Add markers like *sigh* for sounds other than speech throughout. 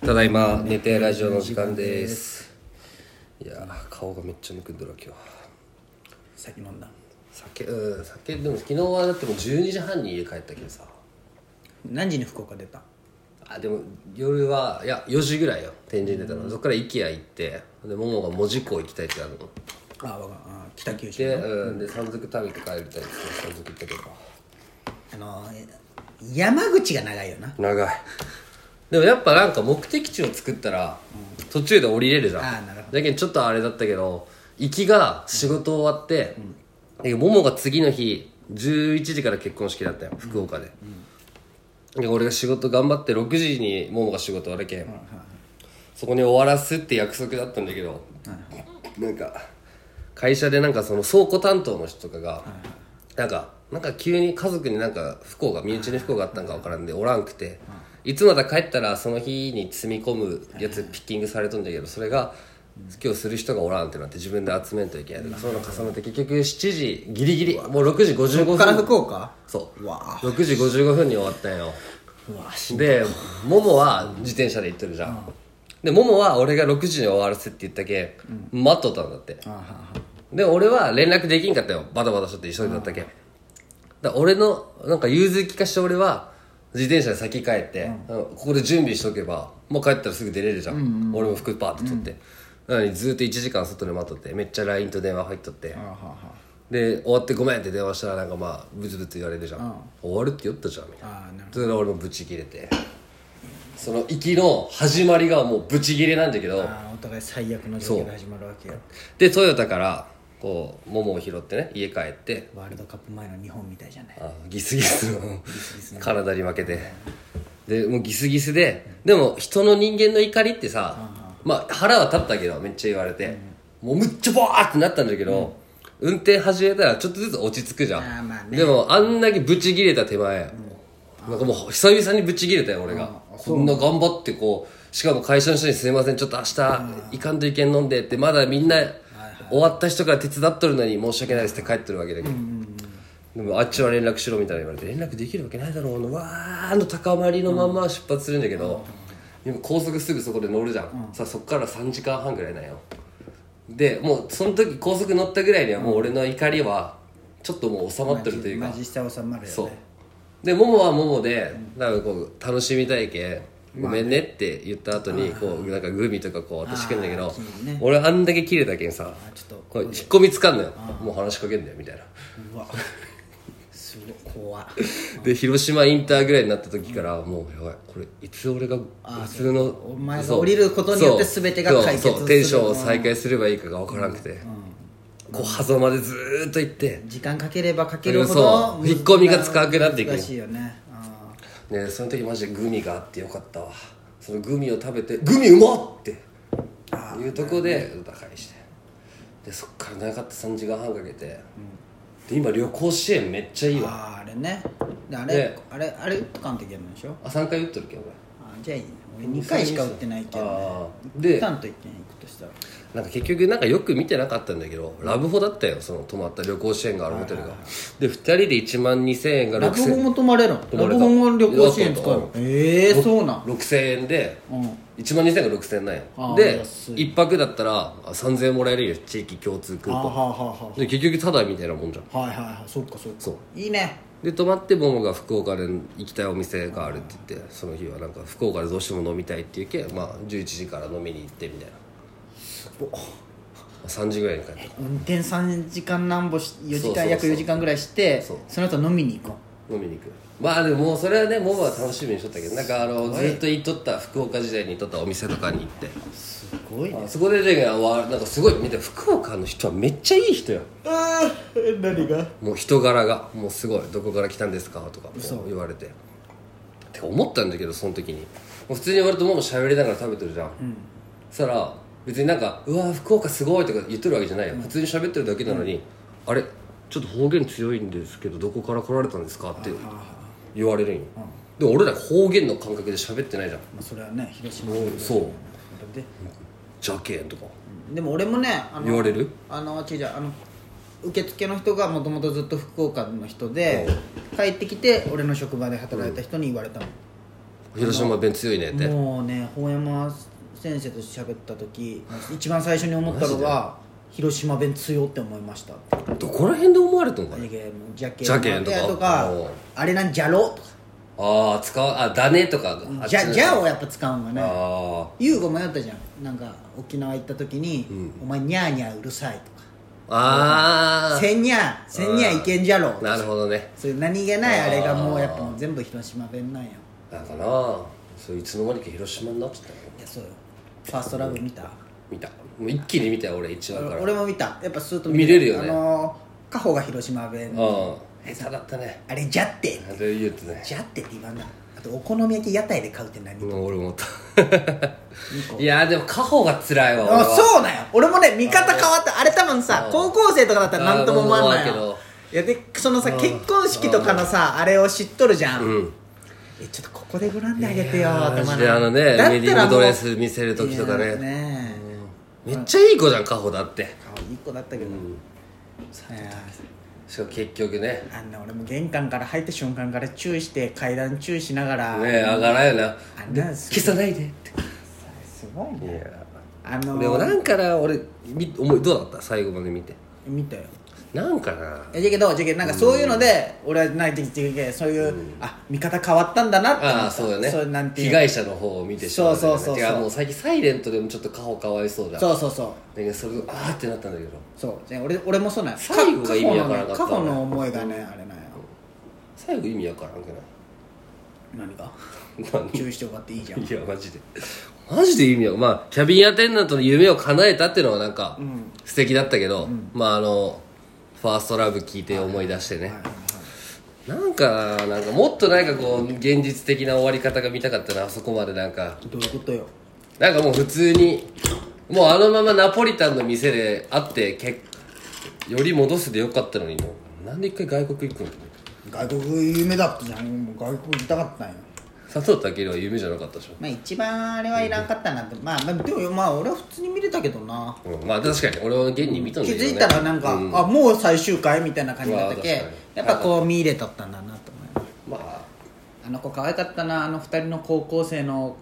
ただいま寝てラジオの時間ですいやー顔がめっちゃむくんどるわ今日酒飲んだ酒うん酒でも昨日はだってもう12時半に家帰ったけどさ何時に福岡出たあでも夜はいや4時ぐらいよ天神出たの、そっから IKEA 行ってでももが門司港行きたいってなるのあわかあ北九州で,、のうん、で山賊食べて帰りたいって山賊行ったけどあのー山口が長いよな長いでもやっぱなんか目的地を作ったら途中で降りれるじゃんあーなるほだけどちょっとあれだったけど行きが仕事終わって、だけどももが次の日11時から結婚式だったよ福岡で、だけど俺が仕事頑張って6時にももが仕事終わるけん、そこに終わらすって約束だったんだけど、なんか会社でなんかその倉庫担当の人とかが、なんかなんか急に家族になんか不幸が身内に不幸があったんか分からんでおらんくて、いつまた帰ったらその日に積み込むやつピッキングされとんだけどそれが今日する人がおらんってなって自分で集めんといけないとか、そういうの重なって結局7時ギリギリもう6時55こ分っから福岡そううわ6時55分に終わったんようわしでももは自転車で行ってるじゃん、でももは俺が6時に終わらせって言ったけん、待っとったんだってあははで俺は連絡できんかったよバタバタしとって急いでだったけんだ俺のなんか融通きかして俺は自転車で先帰って、うんここで準備しとけばもう帰ったらすぐ出れるじゃん、俺も服パーって取って、なのにずっと1時間外で待っとってめっちゃ LINE と電話入っとって、あははで終わってごめんって電話したらなんかまあブツブツ言われるじゃん、終わるって言ったじゃんみたいなあーなるそれで俺もブチ切れてその息の始まりがもうブチ切れなんだけどほどあーお互い最悪の状況が始まるわけよでトヨタからこう桃を拾ってね家帰ってワールドカップ前の日本みたいじゃないあギスギスのカナダに負けてでもうギスギスででも人の人間の怒りってさまあ腹は立ったけどめっちゃ言われてもうむっちゃバーってなったんだけど運転始めたらちょっとずつ落ち着くじゃあーまあんねでもあんだけブチ切れた手前なんかもう久々にブチ切れたよ俺がこんな頑張ってこうしかも会社の人に「すいませんちょっと明日行かんといけん飲んで」ってまだみんな終わった人から手伝っとるのに申し訳ないですって帰ってるわけだけどでもあっちは連絡しろみたいな言われて連絡できるわけないだろうのわーの高まりのまま出発するんだけど、今高速すぐそこで乗るじゃん、さあそっから3時間半ぐらいなんよでもうその時高速乗ったぐらいにはもう俺の怒りはちょっともう収まってるというか、まあ実際収まるよねそうでももはももでなんかこう楽しみたいけんごめんねって言った後にこうなんかグミとかこう渡してくるんだけあどー君ね俺あんだけ切れたけんさあちょっとこう引っ込みつかんのよもう話しかけんだよみたいなうわすごい怖 *laughs* で広島インターぐらいになった時からもうやばいこれいつ俺が普通のお前がそう降りることによってそう全てが解決そうすそうるテンションを再開すればいいかが分からなくて、こう狭間でずーっと行って時間かければかけるそほどう引っ込みがつかなくなっていく難しいよねあーねその時マジでグミがあってよかったわそのグミを食べて「グミうまっ!」っていうとこで打開してでそっから長かった3時間半かけて、で今旅行支援めっちゃいいわあーあれねであれであれあれ打っとかんといけないでしょあ3回打っとるけど俺あじゃあいいね俺2回しか打ってないけどねあー打っでたんといけないことしたらなんか結局なんかよく見てなかったんだけどラブホだったよその泊まった旅行支援があるホテルがで2人で1万2000円が落語6000も泊まれるのまれ落た語も旅行支援使ようかのったええー、そうなん6000円でうん1万2000円が6000円なんよあーで安い1泊だったらあ3000円もらえるよ地域共通クーあはあポンはで結局タダみたいなもんじゃんあはあはいはいはいそっかそっかそういいねで泊まってボモが福岡で行きたいお店があるって言ってその日はなんか福岡でどうしても飲みたいっていうけまあ11時から飲みに行ってみたいな3時ぐらいに帰って運転3時間なんぼし4時そうそう間そう約4時間ぐらいしてそうその後飲みに行こ飲みに行くまあでももうそれはねモモは楽しみにしとったけどなんかあのずっと行っとった福岡時代に行っとったお店とかに行ってうすごいねそこでねわなんかすごい見て福岡の人はめっちゃいい人よあー何がもう人柄がもうすごい「どこから来たんですか?」とかこう言われてって思ったんだけどその時にもう普通に俺ともも喋りながら食べてるじゃん、そしたら別になんか「うわー福岡すごい」とか言ってるわけじゃないよ、普通に喋ってるだけなのに「あれちょっと方言強いんですけどどこから来られたんですか?」って言われるんよ、でも俺ら方言の感覚で喋ってないじゃんまあそれはね広島うんそうで「じゃけん」とかでも俺もねあの言われるあの違う違うあの受付の人がもともとずっと福岡の人で帰ってきて俺の職場で働いた人に言われたの、広島弁強いねってもうね法山先生と喋った時一番最初に思ったのが広島弁強って思いましたどこら辺で思われたのかねジャケもジャケジャケとかとおうかあれなんじゃろとああ使うあだねとかかじゃじゃをやっぱ使うんがあねあ優子もやったじゃんなんか沖縄行った時に、お前ニャーニャーうるさい」とか「あせんにゃせんにゃいけんじゃろあ」なるほどねそういう何気ないあれがもあーうやっぱもう全部広島弁なんやいだからそういつの間にか広島になってたよやそうよファーストラブ見た見たもう一気に見たよ俺一話から俺も見たやっぱスーッと見れるよねあのーカホが広島弁うん下手だったねあれじゃってあれ言うてねじゃってって言わんなあとお好み焼き屋台で買うって何、うん俺も思った二個いやーでも過保が辛いわ俺あはそうなんよ俺もね見方変わったあれ多分さ高校生とかだったら何とも思わんないあー思わんよいやでそのさ結婚式とかのさあれを知っとるじゃん、えちょっとここでグランであげてよっていや思わないーマジであのねだったらもうウェディングドレス見せる時とかねいやねめっちゃいい子じゃん過保だって可愛い子だったけど、いやしかも結局ねあんな俺も玄関から入った瞬間から注意して階段注意しながらねえ上がらんよなあんなす消さないでってすごいいねやあのでもなんかな俺み思いどうだった最後まで見て見たよなんかなえじゃけどじゃけどなんかそういうので、俺はないてきてそういう、あ見方変わったんだなって思ったああそうだねそうなんていう被害者の方を見てしまうそうそうそうそうてかもう最近「サイレントでもちょっと過保かわいそうだそうそうそうだけどそれがあーってなったんだけどそうじゃあ俺俺もそうなんや最後が意味わからなかった過去の思いがねあれなんや最後意味わからんくない何が *laughs* 何注意しておかっていいじゃんいやマジでマジで意味はまあキャビンアテンダントの夢を叶えたっていうのはなんか素敵だったけど、まああのファーストラブ聞いて思い出してね、なんかなんかもっとなんかこう現実的な終わり方が見たかったなあそこまでなんかどういうことよなんかもう普通にもうあのままナポリタンの店で会ってけより戻せでよかったのにもうなんで一回外国行くの外国夢だったじゃんもう外国行きたかったんよ佐藤健は夢じゃなかったでしょまあ一番あれはいらんかったなって、まあまあでもまあ俺は普通に見れたけどなうん、まあ確かに俺は現に見たんだけ気ど、ね、づいたらなんか、あもう最終回みたいな感じだったうわけ確かにやっぱこう見入れとったんだなと思いますまああの子可愛かったなあの二人の高校生の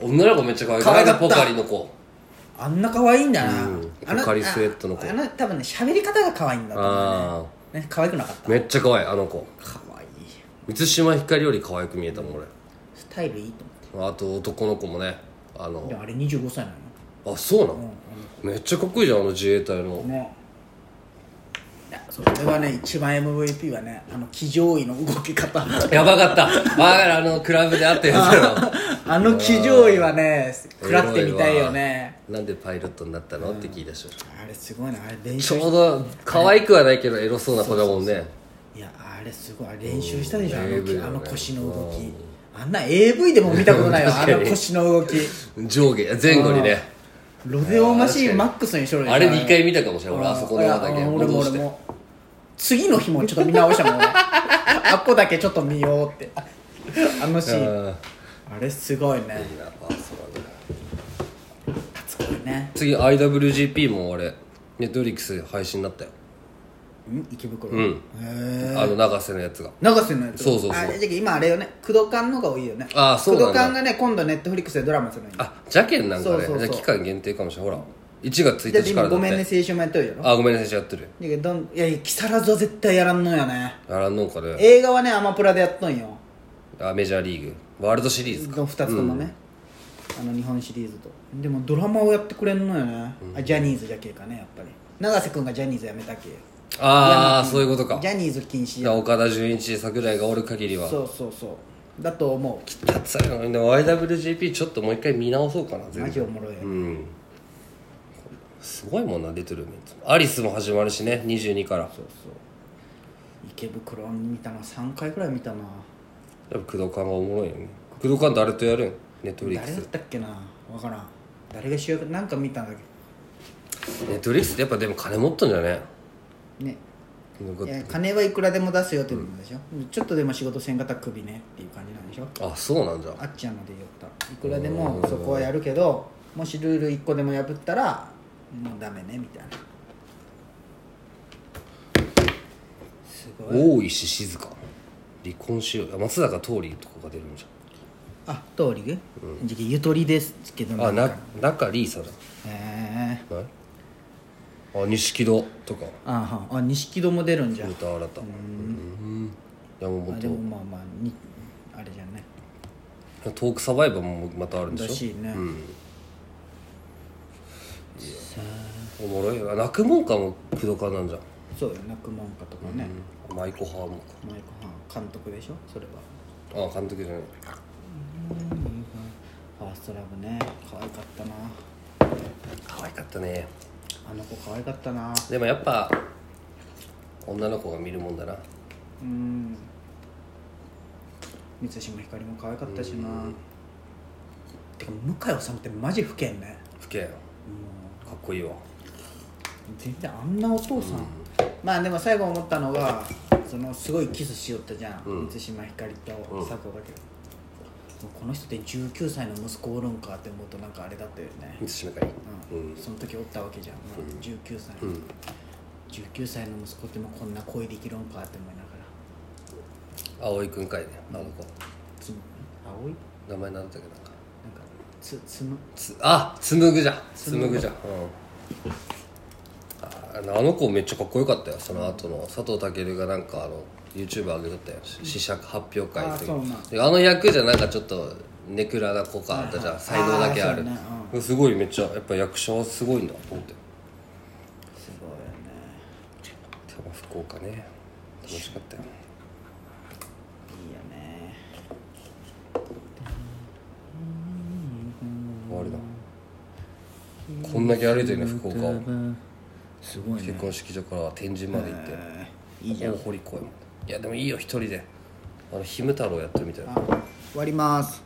女の子めっちゃ可愛い可愛かったポカリの子あんな可愛いんだな、うんあのポカリスエットの子ああの多分ね喋り方が可愛いんだと思うねね可愛くなかっためっちゃ可愛いあの子可愛い満島ひかりより可愛く見えたもんスタイルいいと思っ俺あと男の子もねあてでのもあれ25歳なのよあそうなの、めっちゃかっこいいじゃんあの自衛隊のねいやそれはね一番 MVP はねあの騎乗位の動き方やばかったああのクラブで会ったやつやろ *laughs* あの騎乗位はね食らってみたいよねエロいわなんでパイロットになったの、って聞いたでしょあれすごいなあれ練ち習ょうど可愛くはないけどエロそうな子だもんねいやあれすごいあれ練習したでしょあうんの AV だねあの腰の動きあんな AV でも見たことないよあ *laughs* 確かにの腰の動き上下前後にねロデオマシーンマックスにしろよあれ2回見たかもしれない俺あそこのだけあ俺も戻し俺ても次の日もちょっと見直したも *laughs* ん俺あっこだけちょっと見ようってあのシーンああれすごいねーいいなパーソナルなすごいね次 IWGP もあれネットフリックス配信になったよ、ん池袋うんへえあの永瀬のやつが長瀬のやつそうそうそうあれじゃあ今あれよね工藤館の方が多いよねあーそうなんだ工藤館がね今度ネットフリックスでドラマするのよあじゃけんなんかねそうそうそうじゃあ期間限定かもしれないほら1月だっ1て日か今らだごってめんね青春もやってるよろあごめんなさいやってるだけどどんいやいや木更津は絶対やらんのよねあらなんかね映画はねアマプラでやっとんよあメジャーリーグワールドシリーズか2つともね、あの日本シリーズとでもドラマをやってくれんのよね、あジャニーズじゃけえかねやっぱり永瀬君がジャニーズやめたけああそういうことかジャニーズ禁止いやや岡田准一桜井がおる限りはそうそうそうだと思うたつさいのでも IWGP ちょっともう一回見直そうかな全マ部ジおもろいよ、うんすごいもんな出てるメンツアリスも始まるしね22からそうそう池袋見たな3回ぐらい見たなやっぱ工藤勘がおもろいよね工藤勘誰とやるんネットフリック誰スだったっけな分からん誰が主役なんか見たんだけネットフリックスってやっぱでも金持っとんじゃねどねなんかいや金はいくらでも出すよってことでしょ、ちょっとでも仕事せんかったらクビねっていう感じなんでしょあそうなんじゃあっちゃんので言ったいくらでもそこはやるけどもしルール1個でも破ったらもうダメねみたいなすごい大石静香離婚しようあ松坂桃李とかが出るんじゃんあ通り、じゃあゆとりですけどあな中リーサだええないあ錦戸とかあはあ錦戸も出るんじゃん歌新たうん山あでも本まあまあにあれじゃないトークサバイバーもまたあるんでらししいね、ょうんおもろいよな泣くもんかも工藤館なんじゃんそうよ泣くもんかとかね、マイコハーモンかマイコハン監督でしょそれはあ監督じゃないファーストラブね可愛かったな可愛かったねあの子可愛かったなでもやっぱ女の子が見るもんだなうん満島ひかりも可愛かったしなてか向井治ってマジ老けんね不けかっこいいわ全然あんなお父さん、まあでも最後思ったのがそのすごいキスしよったじゃん、うん満島ひかりとうん佐藤だけど、もうこの人って19歳の息子おるんかって思うとなんかあれだったよね、満島かいうんうんその時おったわけじゃん、もう19歳、うん19歳の息子ってもうこんな恋できるんかって思いながら葵くんかいねあの子つ青いな名ん前なんだったっけなんかかつつむつあ紡ぐじゃん紡ぐじゃんうんああの子めっちゃかっこよかったよその後の佐藤健がなんかあの YouTube 上げとったよ試写発表会の時あそうなんであの役じゃなんかちょっとネクラな子かあったじゃん才能だけあるあそうねすごいめっちゃやっぱ役者はすごいんだと思ってすごいよね多分福岡ね楽しかったよいいよね終わりだこんだけ歩いてるね福岡をすごい結婚式場から天神まで行っていいじゃん大堀公園までいやでもいいよ一人であの「ひむ太郎」やってるみたいな終わります